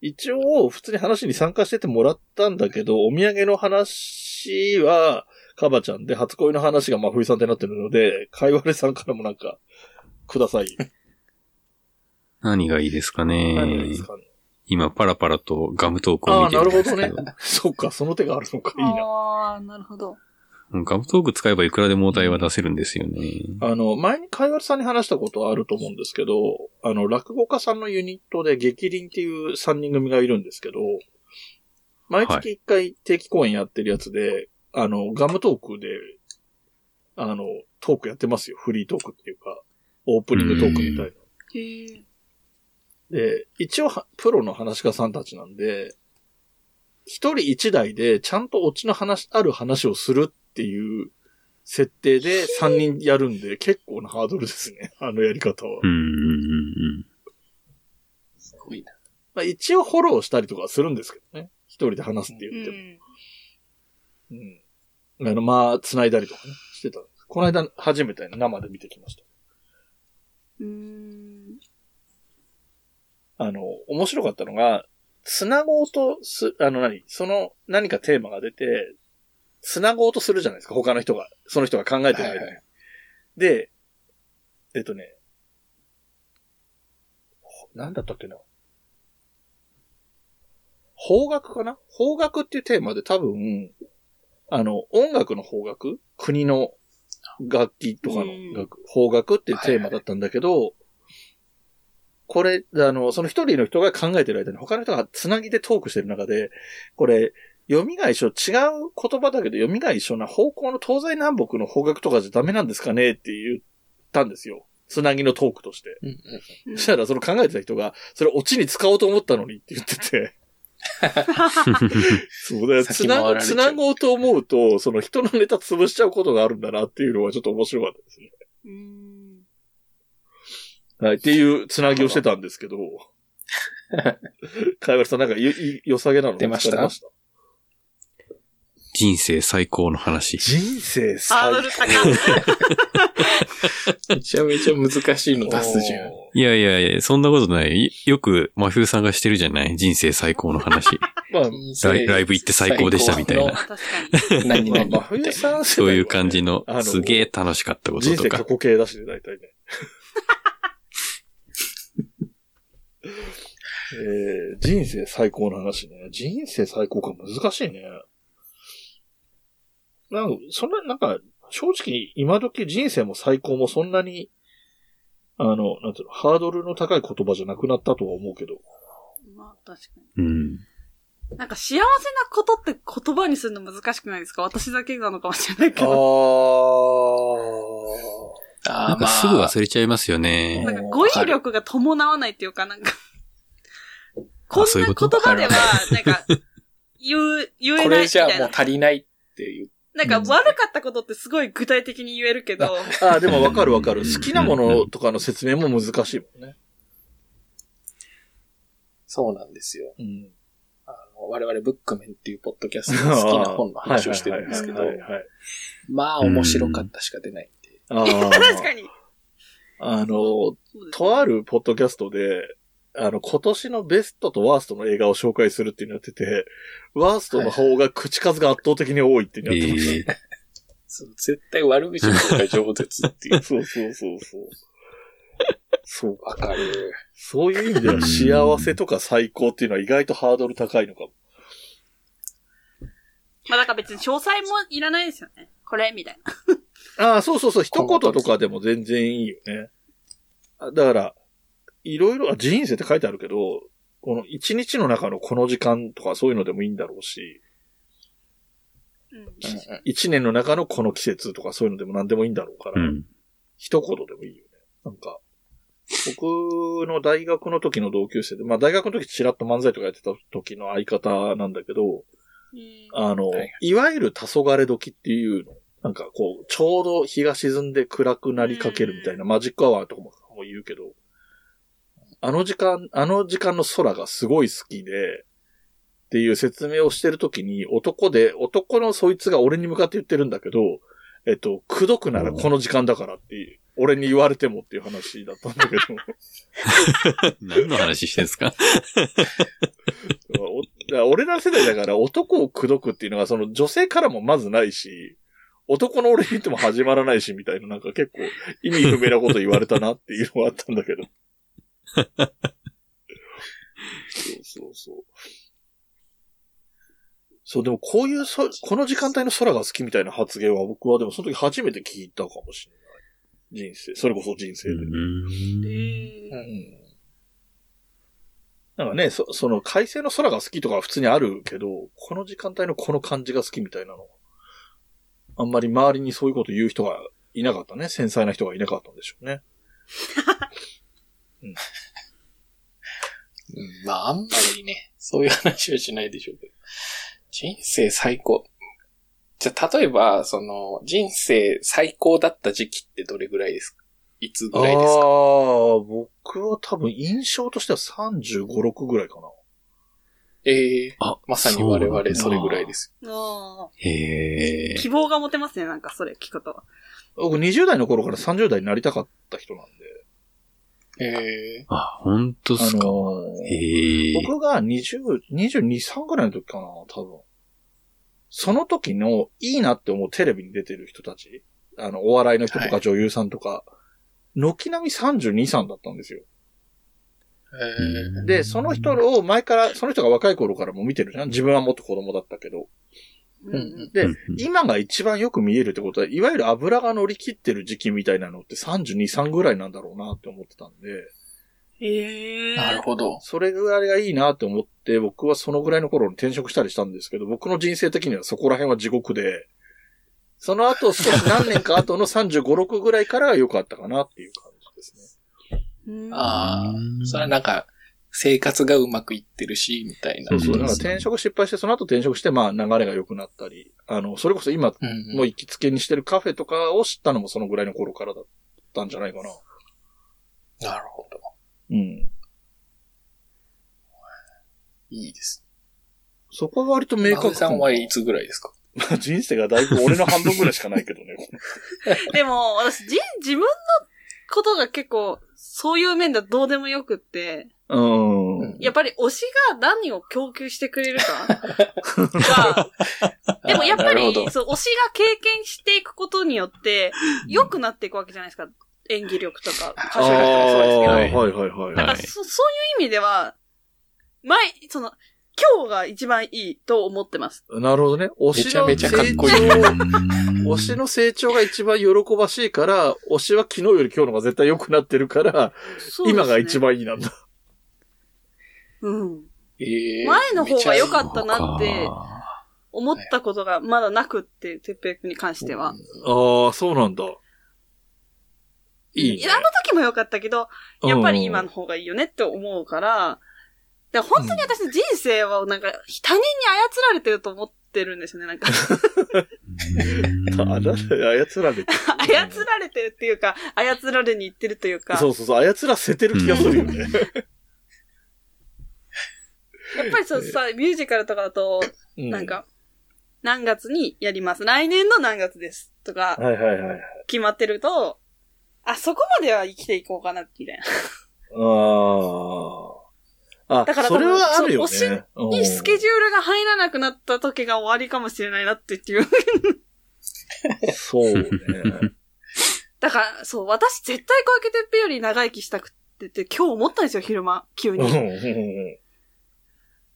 Speaker 1: 一応、普通に話に参加しててもらったんだけど、お土産の話は、カバちゃんで、初恋の話が真冬さんってなってるので、かいわれさんからもなんか、ください。
Speaker 3: 何がいいですか
Speaker 1: 何がいいで
Speaker 3: ね
Speaker 1: す。かね。
Speaker 3: 今、パラパラとガムトークを
Speaker 1: ああー、
Speaker 3: 見て
Speaker 1: な
Speaker 3: るん
Speaker 1: るほ
Speaker 3: で
Speaker 1: ど
Speaker 3: すけ
Speaker 1: ね
Speaker 3: ど。。
Speaker 1: そっか、その手があるのか、いいな。
Speaker 4: ああ、なるほど。
Speaker 3: うんガムトーク使えばいくらでもお題は出せるんですよね。
Speaker 1: あの、前にかいわれさんに話したことあると思うんですけど、あの、落語家さんのユニットで激輪っていう3人組がいるんですけど、毎月1回定期公演やってるやつで、あの、ガムトークで、あの、トークやってますよ。フリートークっていうか、オープニングトークみたいな。
Speaker 4: へえ。
Speaker 1: で、一応は、プロの話家さんたちなんで、一人一台でちゃんとオチの話、ある話をするっていう設定で3人やるんで、結構なハードルですね。 あのやり方は
Speaker 3: う。ん、うん、うん。
Speaker 2: すごいな。
Speaker 1: まあ、一応フォローしたりとかはするんですけどね。一人で話すって
Speaker 4: う
Speaker 1: 言っても。
Speaker 4: ん。
Speaker 1: うん。あの、まあ、繋いだりとかね、してたんです。この間、初めて生で見てきました。
Speaker 4: うーん。
Speaker 1: あの、面白かったのが、繋ごうとす、あの何、その何かテーマが出て、繋ごうとするじゃないですか、他の人が、その人が考えてる間に。
Speaker 2: はいは
Speaker 1: で、えっとね、ほなんだったっけな。方角かな方角っていうテーマで多分、あの、音楽の方角国の楽器とかの楽、方角っていうテーマだったんだけど、これ、あの、その一人の人が考えてる間に他の人がつなぎでトークしてる中で、これ、読みが一緒、違う言葉だけど読みが一緒な方向の東西南北の方角とかじゃダメなんですかねって言ったんですよ。つなぎのトークとして。
Speaker 2: うんう
Speaker 4: う
Speaker 2: ん。
Speaker 4: ん
Speaker 1: そしたらその考えてた人が、それオチに使おうと思ったのにって言ってて。そうだよ。つ
Speaker 2: 先
Speaker 1: な
Speaker 2: 回ら
Speaker 1: ご、
Speaker 2: れちゃう
Speaker 1: つなごうと思うと、その人のネタ潰しちゃうことがあるんだなっていうのはちょっと面白かったですね。
Speaker 4: うーん。
Speaker 1: はい。っていうつなぎをしてたんですけど。かいわれさんなんかよ、い良さげなの
Speaker 2: 出ました
Speaker 1: 疲れた
Speaker 3: 人生最高の話。
Speaker 1: 人生
Speaker 4: ハード
Speaker 1: 最
Speaker 4: ル 高い。
Speaker 2: めちゃめちゃ難しいの出すじゃん。
Speaker 3: いやいやいや、そんなことない。よく、真冬さんがしてるじゃない 人生最高の話。
Speaker 1: まあ、
Speaker 3: ライライブ行って最高でしたみたいな
Speaker 4: 確か
Speaker 2: 何
Speaker 1: まあ、真
Speaker 2: 々みたいな
Speaker 1: 冬さん世代はね
Speaker 3: そういう感じの
Speaker 1: あ、の
Speaker 3: すげえ楽しかったこと
Speaker 1: 人
Speaker 3: と
Speaker 1: 生
Speaker 3: か
Speaker 1: 過。去形だしね、大体ね。 えー、人生最高の話ね。人生最高か難しいね。なんか、そんな、なんか、正直今時人生も最高もそんなに、あの、なんていうの、ハードルの高い言葉じゃなくなったとは思うけど。
Speaker 4: に。まあ確か
Speaker 3: うん。
Speaker 4: に。なんか幸せなことって言葉にするの難しくないですか私だけなのかもしれないけ
Speaker 1: あ
Speaker 4: ど。
Speaker 1: ー。
Speaker 2: あ
Speaker 3: な
Speaker 2: あ、
Speaker 3: んか
Speaker 2: まあ。
Speaker 3: すぐ忘れちゃいますよね
Speaker 4: な。んか語彙力が伴わないっていうか、なんか、こん
Speaker 3: そうい
Speaker 4: な
Speaker 3: う
Speaker 4: 言
Speaker 3: こと
Speaker 4: 葉では、なんか、言う、言え
Speaker 2: こ
Speaker 4: ない
Speaker 2: れ
Speaker 4: み
Speaker 2: じゃ
Speaker 4: た
Speaker 2: あ
Speaker 4: い
Speaker 2: もう
Speaker 4: な。
Speaker 2: 足りないっていう。
Speaker 4: なんか悪かったことってすごい具体的に言えるけど、
Speaker 1: あー、でもわかるわかる。好きなものとかの説明も難しいもんね。
Speaker 2: そうなんですよ。
Speaker 1: うん。
Speaker 2: あの我々ブックメンっていうポッドキャストで好きな本の話をしてるんですけど
Speaker 1: は、いはいはい
Speaker 2: まあ面白かったしか出ないんで。
Speaker 1: はい はい
Speaker 4: 確かに。
Speaker 1: あの、
Speaker 4: そうです
Speaker 1: とあるポッドキャストで、あの、今年のベストとワーストの映画を紹介するっていうのやってて、ワーストの方が口数が圧倒的に多いっていうのやってまし
Speaker 3: ええ
Speaker 2: そう絶対悪口の方が上舌ってい
Speaker 1: た。。
Speaker 2: う
Speaker 1: そうそうそうそう。 そうか。
Speaker 2: わかる。
Speaker 1: そういう意味では幸せとか最高っていうのは意外とハードル高いのかも。
Speaker 4: まあだから別に詳細もいらないですよね。これ、みたいな。
Speaker 1: ああ、そうそうそう。一言とかでも全然いいよね。あだから、いろいろ、あ人生って書いてあるけど、この一日の中のこの時間とかそういうのでもいいんだろうし、
Speaker 4: うん。
Speaker 2: うん
Speaker 1: 一年の中のこの季節とかそういうのでも何でもいいんだろうから、
Speaker 3: うん。
Speaker 1: 一言でもいいよね。なんか、僕の大学の時の同級生で、まあ大学の時ちらっと漫才とかやってた時の相方なんだけど、あの、
Speaker 2: はいはい
Speaker 1: い、わゆる黄昏時っていうの、なんかこう、ちょうど日が沈んで暗くなりかけるみたいな、マジックアワーとかも言うけど、あの時間、あの時間の空がすごい好きで、っていう説明をしてる時に、男で、男のそいつが俺に向かって言ってるんだけど、えっと、くどくならこの時間だからっていう、俺に言われてもっていう話だったんだけど、
Speaker 3: 何の話してんですか
Speaker 1: おだから俺ら世代だから男を口説くっていうのがその女性からもまずないし、男の俺に言っても始まらないしみたいななんか結構意味不明なこと言われたなっていうのはあったんだけど。そうそうそう。そう、でもこういうそ、この時間帯の空が好きみたいな発言は僕はでもその時初めて聞いたかもしれない。人生、それこそ人生
Speaker 3: う
Speaker 4: え
Speaker 1: で。
Speaker 3: ん。
Speaker 4: ー
Speaker 1: なんかね、そ、その、快晴の空が好きとかは普通にあるけど、この時間帯のこの感じが好きみたいなの。あんまり周りにそういうこと言う人がいなかったね。繊細な人がいなかったんでしょうね。
Speaker 2: うんまあ、あんまりね、そういう話はしないでしょうけど。人生最高。じゃあ、例えば、その、人生最高だった時期ってどれぐらいですかいつぐらいですか
Speaker 1: あ、僕は多分印象としては35、6ぐらいかな。
Speaker 2: ええ
Speaker 3: あ、
Speaker 2: まさに我々
Speaker 3: そ
Speaker 2: そう
Speaker 3: な
Speaker 2: れ
Speaker 3: んだ
Speaker 2: ぐらいです。
Speaker 4: あ
Speaker 3: へえ
Speaker 4: ー。希望が持てますね、なんかそれ聞くことは。
Speaker 1: 僕20代の頃から30代になりたかった人なんで。
Speaker 2: ええ
Speaker 3: あ、本当っ
Speaker 1: あ
Speaker 3: すか。
Speaker 1: のー
Speaker 3: へえ。
Speaker 1: 僕が20、22、3ぐらいの時かな、多分。その時のいいなって思うテレビに出てる人たち、あの、お笑いの人と
Speaker 2: は
Speaker 1: か女優さんとか、軒並み32、3だったんですよ。
Speaker 2: ええ
Speaker 1: で、その人を前から、その人が若い頃からも見てるじゃん自分はもっと子供だったけど。
Speaker 4: うん
Speaker 2: うん
Speaker 1: で
Speaker 3: うんうん、
Speaker 1: 今が一番よく見えるってことは、いわゆる油が乗り切ってる時期みたいなのって32、3ぐらいなんだろうなって思ってたんで。
Speaker 4: ええー。
Speaker 2: なるほど。
Speaker 1: それぐらいがいいなと思って、僕はそのぐらいの頃に転職したりしたんですけど、僕の人生的にはそこら辺は地獄で、その後、少し何年か後の35、6ぐらいからが良かったかなっていう感じです
Speaker 4: うん
Speaker 2: あ
Speaker 3: うん
Speaker 2: あ、それはなんか、生活がうまくいってるし、みたいな。
Speaker 3: う
Speaker 1: ね。
Speaker 3: ん
Speaker 1: そう、
Speaker 3: で
Speaker 1: だから
Speaker 3: す
Speaker 1: 転職失敗して、その後転職して、まあ流れが良くなったり、あの、それこそ今
Speaker 2: うんうん
Speaker 1: もう行きつけにしてるカフェとかを知ったのもそのぐらいの頃からだったんじゃないかな。
Speaker 2: なるほど。
Speaker 1: うん。
Speaker 2: いいです。
Speaker 1: そこは割と明
Speaker 2: メイ
Speaker 1: 確
Speaker 2: さんはいつぐらいですか
Speaker 1: 人生がだいぶ俺の半分ぐらいしかないけどね。
Speaker 4: でも、私、じ、自分のことが結構、そういう面ではどうでもよくって、
Speaker 1: うん。
Speaker 4: やっぱり推しが何を供給してくれるかが、でもやっぱ
Speaker 2: なる
Speaker 4: り
Speaker 2: ほど、
Speaker 4: そう、推しが経験していくことによって、良くなっていくわけじゃないですか。演技力とか、歌
Speaker 1: あ
Speaker 4: 手力と
Speaker 1: あ
Speaker 4: かそうですけど。
Speaker 3: は
Speaker 4: だ
Speaker 3: い
Speaker 1: ーはいはいはい。
Speaker 4: か
Speaker 3: は
Speaker 4: ら
Speaker 3: い
Speaker 4: そ、そういう意味では、前、その、今日が一番いいと思ってます。
Speaker 1: なるほどね。推しの
Speaker 2: めちゃめちゃかっこいい
Speaker 1: 成長
Speaker 3: うん
Speaker 1: 推しの成長が一番喜ばしいから、推しは昨日より今日の方が絶対良くなってるから、
Speaker 4: そうですね
Speaker 1: 今が一。番いいなんだ。
Speaker 4: うん。
Speaker 2: ええ
Speaker 4: 前の方が良か
Speaker 2: た
Speaker 4: ったなって思ったことがまだなくって、てっぺいくんに関しては。
Speaker 1: ああ、そうなんだ。いい、
Speaker 4: いやあの時も良かったけど、やっぱり今の方がいいよねって思うから、で本当に私の人生はなんか他人に操られてると思ってるんですよね、 なんか。
Speaker 1: あなた操られてる。
Speaker 4: 操られてるっていうか、操られに行ってるというか、
Speaker 1: そ
Speaker 4: やっ
Speaker 1: うそうそう、操らせてる気がするよ ね。
Speaker 4: ぱりそうさ、ミュージカルとかだと、
Speaker 1: う
Speaker 4: なん。か、何月にやります。来年の何月です。とか、
Speaker 1: はいはいはい。
Speaker 4: 決まってると、あ、そこまでは生きていこうかな、みたいな。
Speaker 1: ああ。あ、
Speaker 4: だから
Speaker 1: それはあるよね。
Speaker 4: そう推
Speaker 1: うん
Speaker 4: にスケジュールが入らなくなった時が終わりかもしれないなっていう。
Speaker 1: そうね。
Speaker 4: だから、そう、私絶対小池徹平より長生きしたくってって今日思ったんですよ、昼間、急
Speaker 1: うん
Speaker 4: に。
Speaker 1: う
Speaker 4: な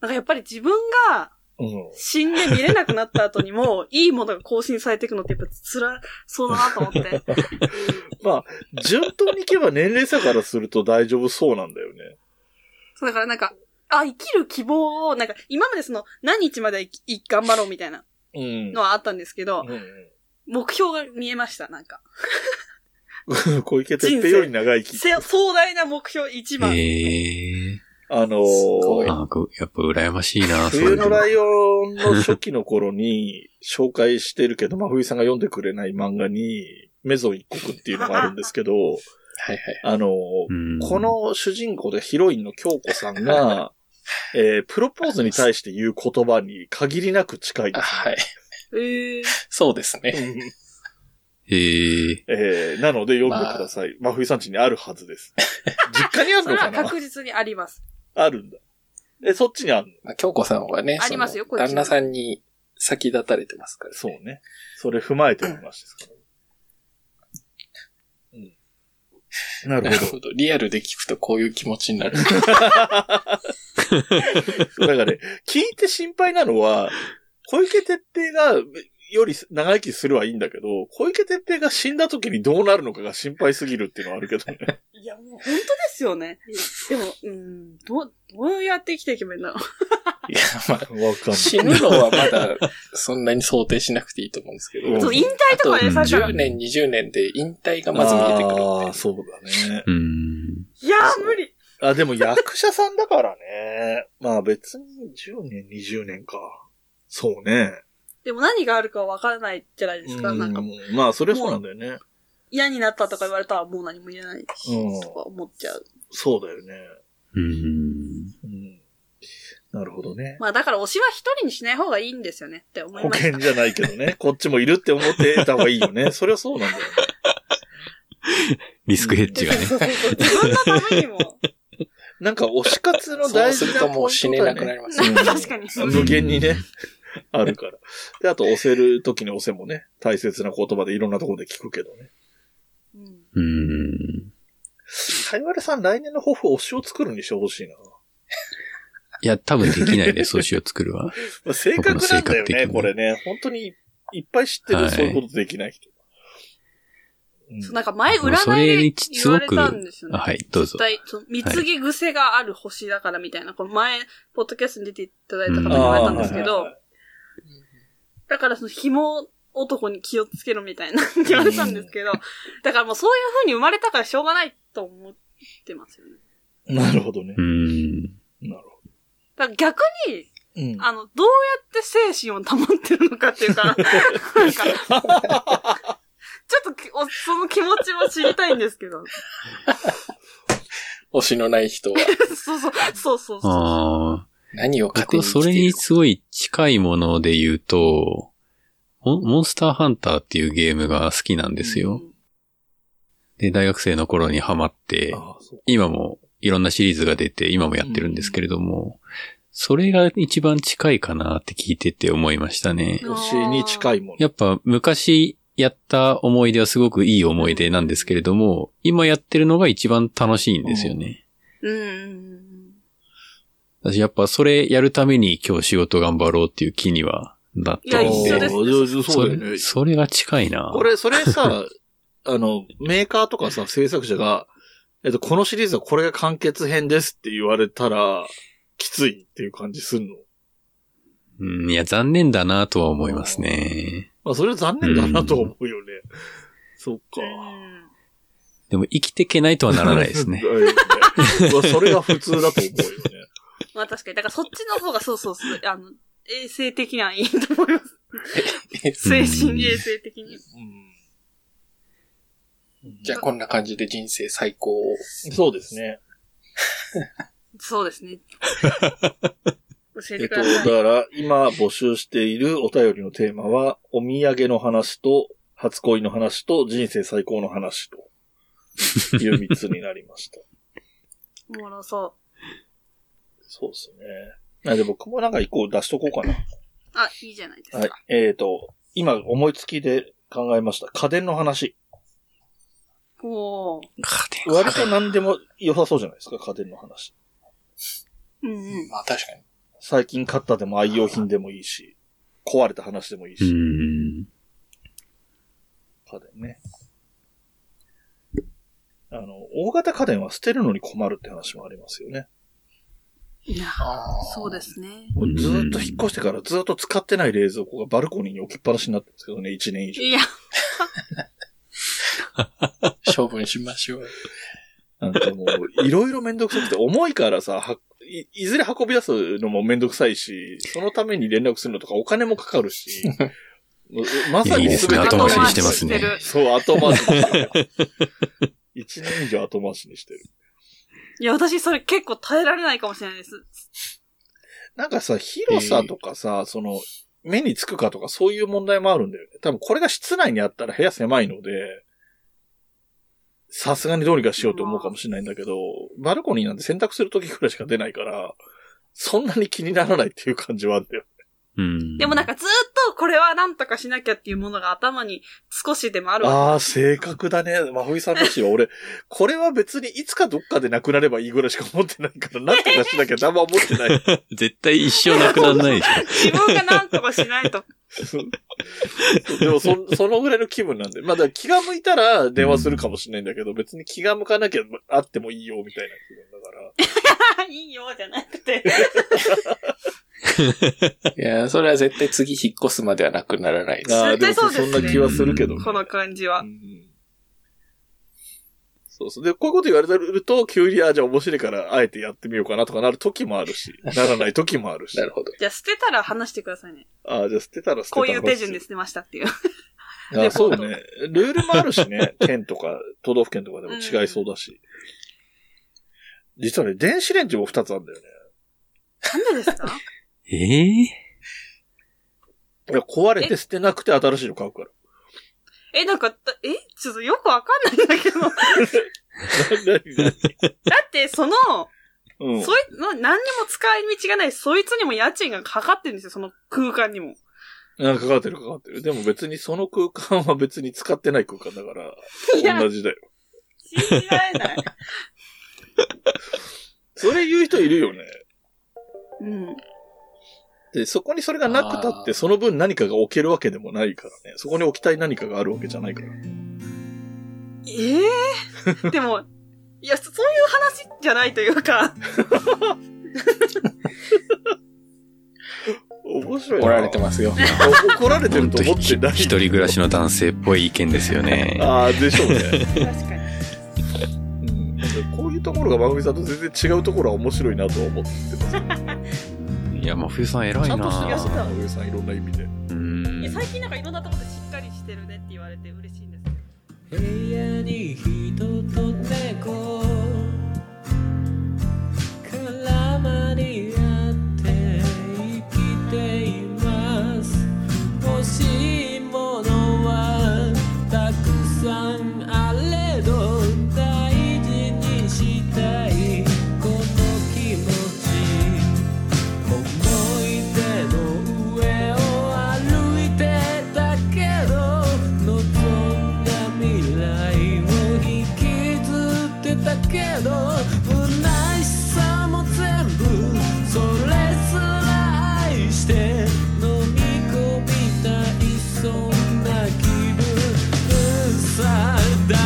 Speaker 4: ん
Speaker 1: ん
Speaker 4: かやっぱり自分が
Speaker 1: うん
Speaker 4: 死んで見れなくなった後にも、いいものが更新されていくのってやっぱ辛そうだなと思って。
Speaker 1: まあ、順当にいけば年齢差からすると大丈夫そうなんだよね。
Speaker 4: そう、だからなんか、あ、生きる希望を、なんか、今までその、何日まで生き頑張ろうみたいな。
Speaker 1: うん
Speaker 4: の。はあったんですけど、
Speaker 1: うん
Speaker 4: 目標が見えました、なんか。
Speaker 1: うん小池徹平より長生き。
Speaker 4: せ壮大な目標1番。
Speaker 3: ええ
Speaker 1: あのー
Speaker 2: すごい
Speaker 3: なんか、やっぱ羨ましいな、そうい
Speaker 1: 冬
Speaker 3: う
Speaker 1: の
Speaker 3: の。
Speaker 1: ライオンの初期の頃に紹介してるけど、真冬さんが読んでくれない漫画に、メゾン一国っていうのがあるんですけど、
Speaker 2: はいはい。
Speaker 1: あのー
Speaker 3: うん
Speaker 1: こ、の主人公でヒロインの京子さんが、えープロポーズに対して言う言葉に限りなく近いん
Speaker 2: あ
Speaker 1: です
Speaker 2: はい。
Speaker 4: ええ
Speaker 2: そうですね。
Speaker 1: ね。うん
Speaker 3: ええ
Speaker 1: えーなので読んでください。真冬さん家にあるはずです。実家にある
Speaker 4: そ
Speaker 1: の
Speaker 4: れ
Speaker 1: か
Speaker 4: は
Speaker 1: な
Speaker 4: 確実にあります。
Speaker 1: あるんだ。え、そっちにあるの
Speaker 2: まあ、京子さんはね、
Speaker 4: ありますよ
Speaker 2: その
Speaker 4: こっち
Speaker 2: 旦那さんに先立たれてますから。
Speaker 1: そうね。それ踏まえての話ですから、ね。うん。な
Speaker 2: な
Speaker 1: る
Speaker 2: る
Speaker 1: ほど。
Speaker 2: ほど。リアルで聞くとこういう気持ちになる。
Speaker 1: そう だからね、聞いて心配なのは、小池徹平が、より長生きするはいいんだけど、小池徹平が死んだ時にどうなるのかが心配すぎるっていうのはあるけどね。
Speaker 4: いや、もう本当ですよね。でも、うん、どう、どうやって生きていけばいいんだろう。
Speaker 2: いや、まあ、
Speaker 1: わかん
Speaker 2: 死ぬのはまだそんなに想定しなくていいと思うんですけ
Speaker 1: うん
Speaker 2: ど。
Speaker 4: そう、引退とかね、
Speaker 3: あと
Speaker 4: さっきから
Speaker 2: 10年、20年で引退がまず見えてくる
Speaker 1: ああ、
Speaker 2: んで。
Speaker 1: そうだね。
Speaker 3: うん。
Speaker 4: いやー、無理。
Speaker 1: あ、でも役者さんだからね。まあ別に10年、20年か。そうね。
Speaker 4: でも何があるかわからないじゃないですか。
Speaker 1: うん
Speaker 4: なんか、
Speaker 1: まあそれそうなんだよね。
Speaker 4: 嫌になったとか言われたらもう何も言えない
Speaker 1: うん
Speaker 4: し、とか思っちゃう。
Speaker 1: そうだよね。
Speaker 3: うん。
Speaker 1: うん。なるほどね。
Speaker 4: まあだから推しは一人にしない方がいいんですよねって思い
Speaker 1: 保
Speaker 4: ました
Speaker 1: 険。じゃないけど ね。こっちもいるって思ってた方がいいよね。そりゃそうなんだよ。
Speaker 3: リスクヘッジがね。
Speaker 4: そうそうそう自分のためにも。
Speaker 1: なんか推し活の
Speaker 2: そう
Speaker 1: 大
Speaker 2: す
Speaker 1: 事な
Speaker 2: ると
Speaker 1: ポイントだ、ね、
Speaker 2: もう死ねなくなります
Speaker 1: う
Speaker 2: ね。
Speaker 1: ん
Speaker 4: 確かに。
Speaker 1: 無限にね、あるから。で、あと押せる時に押せもね、大切な言葉でいろんなところで聞くけどね。
Speaker 4: うん
Speaker 3: うん。
Speaker 1: かいわれさん来年の抱負推しを作るにしてほしいな。
Speaker 3: いや、多分できないです、推しを作るは。
Speaker 1: まあ性格なんだよ
Speaker 3: 僕の性格的
Speaker 1: ね、
Speaker 3: に
Speaker 1: これね。本当にいっぱい知ってる、
Speaker 3: はい
Speaker 1: そういうことできない人。うん
Speaker 4: そうなんか前
Speaker 3: もうそ
Speaker 4: 占
Speaker 3: れ
Speaker 4: い
Speaker 3: に
Speaker 4: で
Speaker 3: す
Speaker 4: 言わ
Speaker 3: ご
Speaker 4: れ
Speaker 3: く
Speaker 4: たんですよね。
Speaker 3: はいどう
Speaker 4: 絶
Speaker 3: ぞ
Speaker 4: 対、そう貢ぎ癖がある星だからみたいな、この前、ポッドキャストに出ていただいた方に言われたんですけ
Speaker 1: うんあーはい
Speaker 4: ど
Speaker 1: はい、
Speaker 4: だからその紐男に気をつけろみたいな 言われたんですけど、だからもうそういう風に生まれたからしょうがないと思ってますよね。
Speaker 1: なるほどね
Speaker 3: う。ん。
Speaker 1: なるほ
Speaker 4: だから逆に、
Speaker 1: ど。うん
Speaker 4: あの、どうやって精神を保ってるのかっていう か、なんか、ちょっときおその気持ちも知りたいんですけど。
Speaker 2: 推しのない人は
Speaker 4: そうそう、そうそうそう。
Speaker 3: ああ。
Speaker 2: 何を糧
Speaker 3: 僕
Speaker 2: に
Speaker 3: は
Speaker 2: 生
Speaker 3: そ
Speaker 2: き
Speaker 3: れ
Speaker 2: てい
Speaker 3: に
Speaker 2: る
Speaker 3: すごい近いもので言うと、モンモンスターハンターっていうゲームが好きなんですよ。で、大学生の頃にハマって、
Speaker 1: あーそう
Speaker 3: 今もいろんなシリーズが出て、今もやってるんですけれども、それが一番近いかなって聞いてて思いましたね。
Speaker 4: うん
Speaker 1: 推しに近いも
Speaker 3: やっぱ昔やった思い出はすごくいい思い出なんですけれども、今やってるのが一番楽しいんですよね。
Speaker 4: うんうんうん。
Speaker 3: 私やっぱそれやるために今日仕事頑張ろうっていう気にはなって
Speaker 4: や
Speaker 3: る
Speaker 1: の。
Speaker 3: ん
Speaker 4: 一
Speaker 3: で
Speaker 4: 緒です
Speaker 1: すそうだよ
Speaker 3: そ
Speaker 1: ね
Speaker 3: れ。それが近いな。
Speaker 1: これ、それさ、 あの、メーカーとかさ、制作者が、えっと、このシリーズはこれが完結編ですって言われたら、きついっていう感じすんの。
Speaker 3: うん、いや、残念だなとは思いますね。
Speaker 1: まあ、それは残念だなと思うよね。そっか。。
Speaker 4: うん
Speaker 3: でも生きていけないとはならないです ね
Speaker 1: だよねまあそれが普通だと思うよね。
Speaker 4: まあ確かに。だからそっちの方がそうそうそう。あの、衛生的にはいいと思います。精神衛生的に。
Speaker 1: うん
Speaker 2: じゃあこんな感じで人生最高を。
Speaker 1: そうですね。
Speaker 4: そうです ね。教え
Speaker 1: えって
Speaker 4: くだ
Speaker 1: と、
Speaker 4: さ
Speaker 1: だ
Speaker 4: い。
Speaker 1: から、今募集しているお便りのテーマは、お土産の話と、初恋の話と、人生最高の話と、いう3つになりました。
Speaker 4: おもろそ
Speaker 1: そうですね。なんで僕もなんか一個出しとこうかな。
Speaker 4: う。あ、いいじゃないですか。
Speaker 1: はい。えっ、と、今思いつきで考えました。家電の話。
Speaker 4: おー。
Speaker 1: 割と何でも良さそうじゃないですか、家電の話。
Speaker 4: うんうん。
Speaker 2: まあ確かに。
Speaker 1: 最近買ったでも愛用品でもいいし、壊れた話でもいいうし、
Speaker 3: ん。
Speaker 1: 家電ね。あの、大型家電は捨てるのに困るって話もありますよね。
Speaker 4: いや
Speaker 2: あー
Speaker 4: そうですね。
Speaker 1: 俺ずーっと引っ越してからずーっと使ってない冷蔵庫がバルコニーに置きっぱなしになってるんですけどね、1年以上。
Speaker 4: いや、
Speaker 2: 処分しましょう。
Speaker 1: なんかもう、いろいろめんどくさくて、重いからさ、はい、いずれ運び出すのもめんどくさいし、そのために連絡するのとかお金もかかる し、もうまさ
Speaker 3: い
Speaker 1: に
Speaker 3: いですね。
Speaker 1: 全て
Speaker 3: 後
Speaker 4: 後
Speaker 3: 回
Speaker 4: 回
Speaker 3: し
Speaker 4: し
Speaker 3: に
Speaker 4: に
Speaker 3: し
Speaker 4: してて
Speaker 3: ま
Speaker 4: ますすね。
Speaker 1: そう、
Speaker 3: ね
Speaker 1: 後回しにしてる。一年以上後回しにしてる。
Speaker 4: いや、私それ結構耐えられないかもしれないです。
Speaker 1: なんかさ、広さとかさ、その、目につくかとかそういう問題もあるんだよね。多分これが室内にあったら部屋狭いので、さすがにどうにかしようと思うかもしれないんだけど、バルコニーなんて洗濯するときくらいしか出ないから、そんなに気にならないっていう感じはあるんだよ。
Speaker 3: うん。
Speaker 4: でもなんかずーっとこれはなんとかしなきゃっていうものが頭に少しでもあるわ
Speaker 1: ああ、正確だね。まふいさんらしいわ。俺、これは別にいつかどっかでなくなればいいぐらいしか思ってないから、なんとかしなきゃ何も思ってない。
Speaker 3: 絶対一生なくならないでし
Speaker 4: 自分がなんとかし ないと。
Speaker 1: でもそ、そのぐらいの気分なんで。まあだから気が向いたら電話するかもしれないんだけど、別に気が向かなきゃあってもいいよ、みたいな気分だから。
Speaker 4: いいよ、じゃなくて。
Speaker 2: いや、それは絶対次引っ越すまではなくならないです。
Speaker 4: あ
Speaker 1: あ
Speaker 4: ー
Speaker 1: あ、で
Speaker 4: 絶
Speaker 1: も
Speaker 4: 対
Speaker 1: そ
Speaker 4: そうですね
Speaker 1: んな気はするけど。
Speaker 4: この感じは
Speaker 1: う。んそうそう。で、こういうこと言われてると、急に、あ、じゃあ面白いから、あえてやってみようかなとかなる時もあ るし、ならない時もあるし
Speaker 2: な。るほど。
Speaker 4: じゃあ捨てたら話してくださいね。
Speaker 1: あじゃあ捨てたら捨てた
Speaker 4: こ
Speaker 1: ら。
Speaker 4: ういう手順で捨てましたっていう。
Speaker 1: あそうね。ルールもあるし ね。県とか、都道府県とかでも違いそうだし。実はね、電子レンジも2つあるんだよね。
Speaker 4: なんでですか
Speaker 3: ょ。ええ
Speaker 1: いや、壊れて捨てなくて新しいの買うから。
Speaker 4: え、なんか、だえちょっとよくわかんないんだけど。だって、その、
Speaker 1: うん。
Speaker 4: そい、な何にも使い道がない、そいつにも家賃がかかってるんですよ、その空間にも。
Speaker 1: なんかかかってるかかってる。でも別にその空間は別に使ってない空間だ
Speaker 4: いや
Speaker 1: から、同じだよ。
Speaker 4: 信じられない。
Speaker 1: それ言う人いるよね。
Speaker 4: うん。
Speaker 1: で、そこにそれがなくたっ
Speaker 2: あー
Speaker 1: て、その分何かが置けるわけでもないからね。そこに置きたい何かがあるわけじゃないから。
Speaker 4: ええ でも、いや、そそういう話じゃないというか、
Speaker 1: 面白いな。
Speaker 2: おられてますよ。
Speaker 1: お怒られて
Speaker 3: ほ
Speaker 1: る
Speaker 3: ん
Speaker 1: と
Speaker 3: と、
Speaker 1: 思って
Speaker 3: ひ
Speaker 1: ない。
Speaker 3: 一人暮らしの男性っぽい意見ですよね。
Speaker 1: ああ、でしょうね。
Speaker 4: 確かに。
Speaker 1: うんこういうところが番組さんと全然違うところは面白いなとは思ってます。
Speaker 3: いや、真冬さん偉い
Speaker 1: ちゃ
Speaker 3: なん
Speaker 1: としてますね、番組さんいろんな意味で。
Speaker 3: うん
Speaker 4: いや最近なんかいろんなところでしっかりしてるねって言われて嬉しいんですけど。
Speaker 5: 部屋に人と猫絡まり合って生きています欲しいものはたくさんあれど大事にしたいこの気持ち思い出の上を歩いてたけど望んだ未来を引きずってたけど不悔しさも全部それすら愛して飲み込みたいそんな気分さ大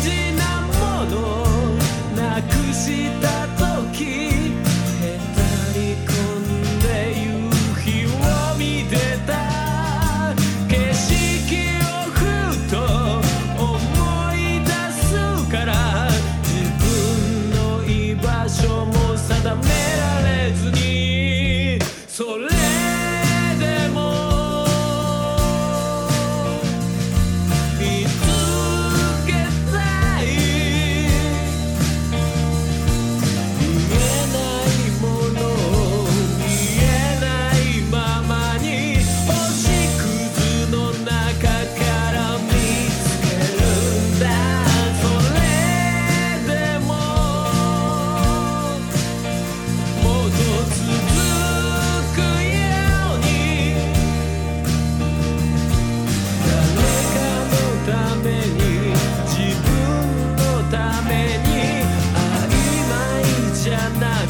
Speaker 5: 事なものなくした時「へたり込んで夕日を見てた」「景色をふと思い出すから」「自分の居場所も定められずにそれでも」「見つけたい」見えないもの見えないままに星屑の中から見つけるんだそれでももっと続くように誰かのために自分のために曖昧じゃなく